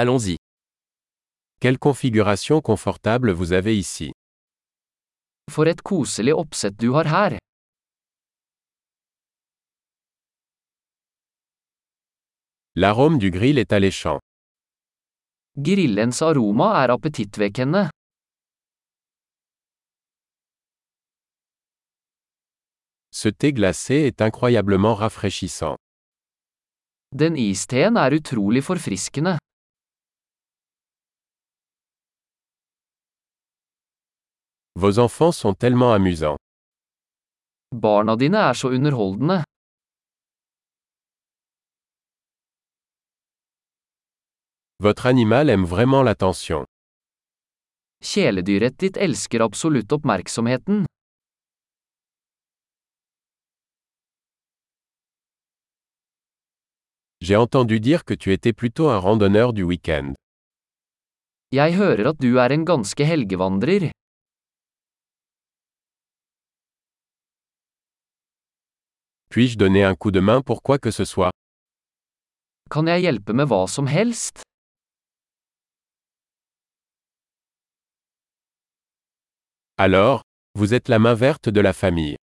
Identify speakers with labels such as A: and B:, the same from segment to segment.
A: Allons-y.
B: Quelle configuration confortable vous avez ici.
C: For et koselig oppsett du har her.
B: L'arôme du grill est alléchant.
C: Grillens aroma er appetittvekkende.
B: Ce thé glacé est incroyablement rafraîchissant.
C: Den isteen er utrolig forfriskende.
B: Vos enfants sont tellement amusants.
C: Barna dine er så underholdende.
B: Votre animal aime vraiment l'attention.
C: Kjæledyret ditt elsker absolutt oppmerksomheten.
B: J'ai entendu dire que tu étais plutôt un randonneur du week-end.
C: Jeg hører at du er en ganske helgevandrer.
B: Puis-je donner un coup de main pour quoi que ce soit
C: Kan jeg hjelpe med hva som helst?
B: Alors, vous êtes la main verte de la famille.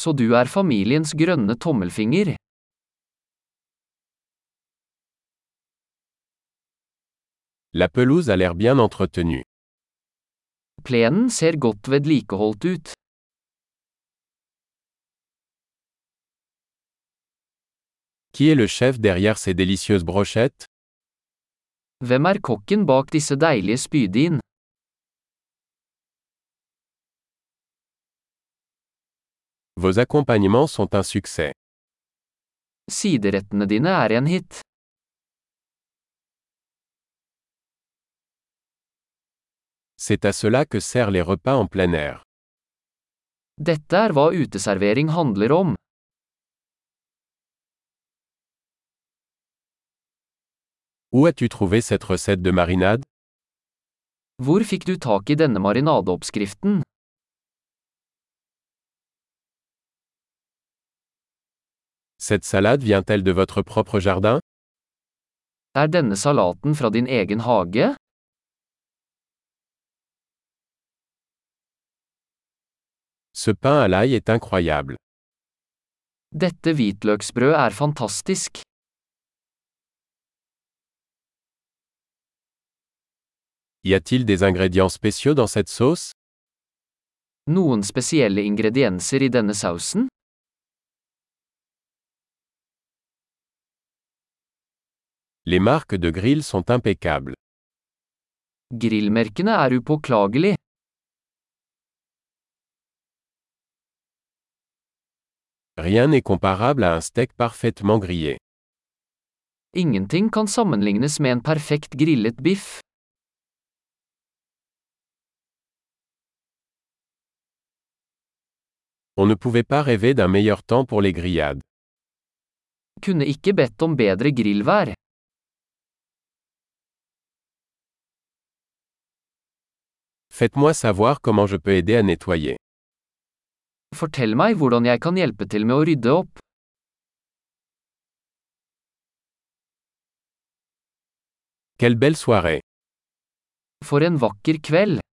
C: Så du er familiens grønne tommelfinger.
B: La pelouse a l'air bien entretenue.
C: Plenen ser godt vedlikeholdt ut.
B: Qui est le chef derrière ces délicieuses brochettes
C: Hvem er kokken bak disse deilige spydin?
B: Vos accompagnements sont un succès.
C: Siderettene dine er en hit.
B: C'est à cela que servent les repas en plein air.
C: Dette er hva uteservering handler om.
B: Où as-tu trouvé cette recette de marinade
C: Hvor fikk du tak i denne marinadeoppskriften?
B: Cette salade vient-elle de votre propre jardin
C: Er denne salaten fra din egen hage?
B: Ce pain à l'ail est incroyable.
C: Dette hvitløksbrød er fantastisk.
B: Y a-t-il des ingrédients spéciaux dans cette sauce
C: Noen spesielle ingredienser i denne sausen?
B: Les marques de grill sont impeccables.
C: Grillmerkene er upåklagelig.
B: Rien n'est comparable à un steak parfaitement grillé.
C: Ingenting kan sammenlignes med en perfekt grillet biff.
B: On ne pouvait pas rêver d'un meilleur temps pour les grillades.
C: Kunne ikke bedt om bedre grillvær.
B: Faites-moi savoir comment je peux aider à nettoyer.
C: Fortell meg hvordan jeg kan hjelpe til med å rydde opp.
B: Quelle belle soirée
C: For en vakker kveld!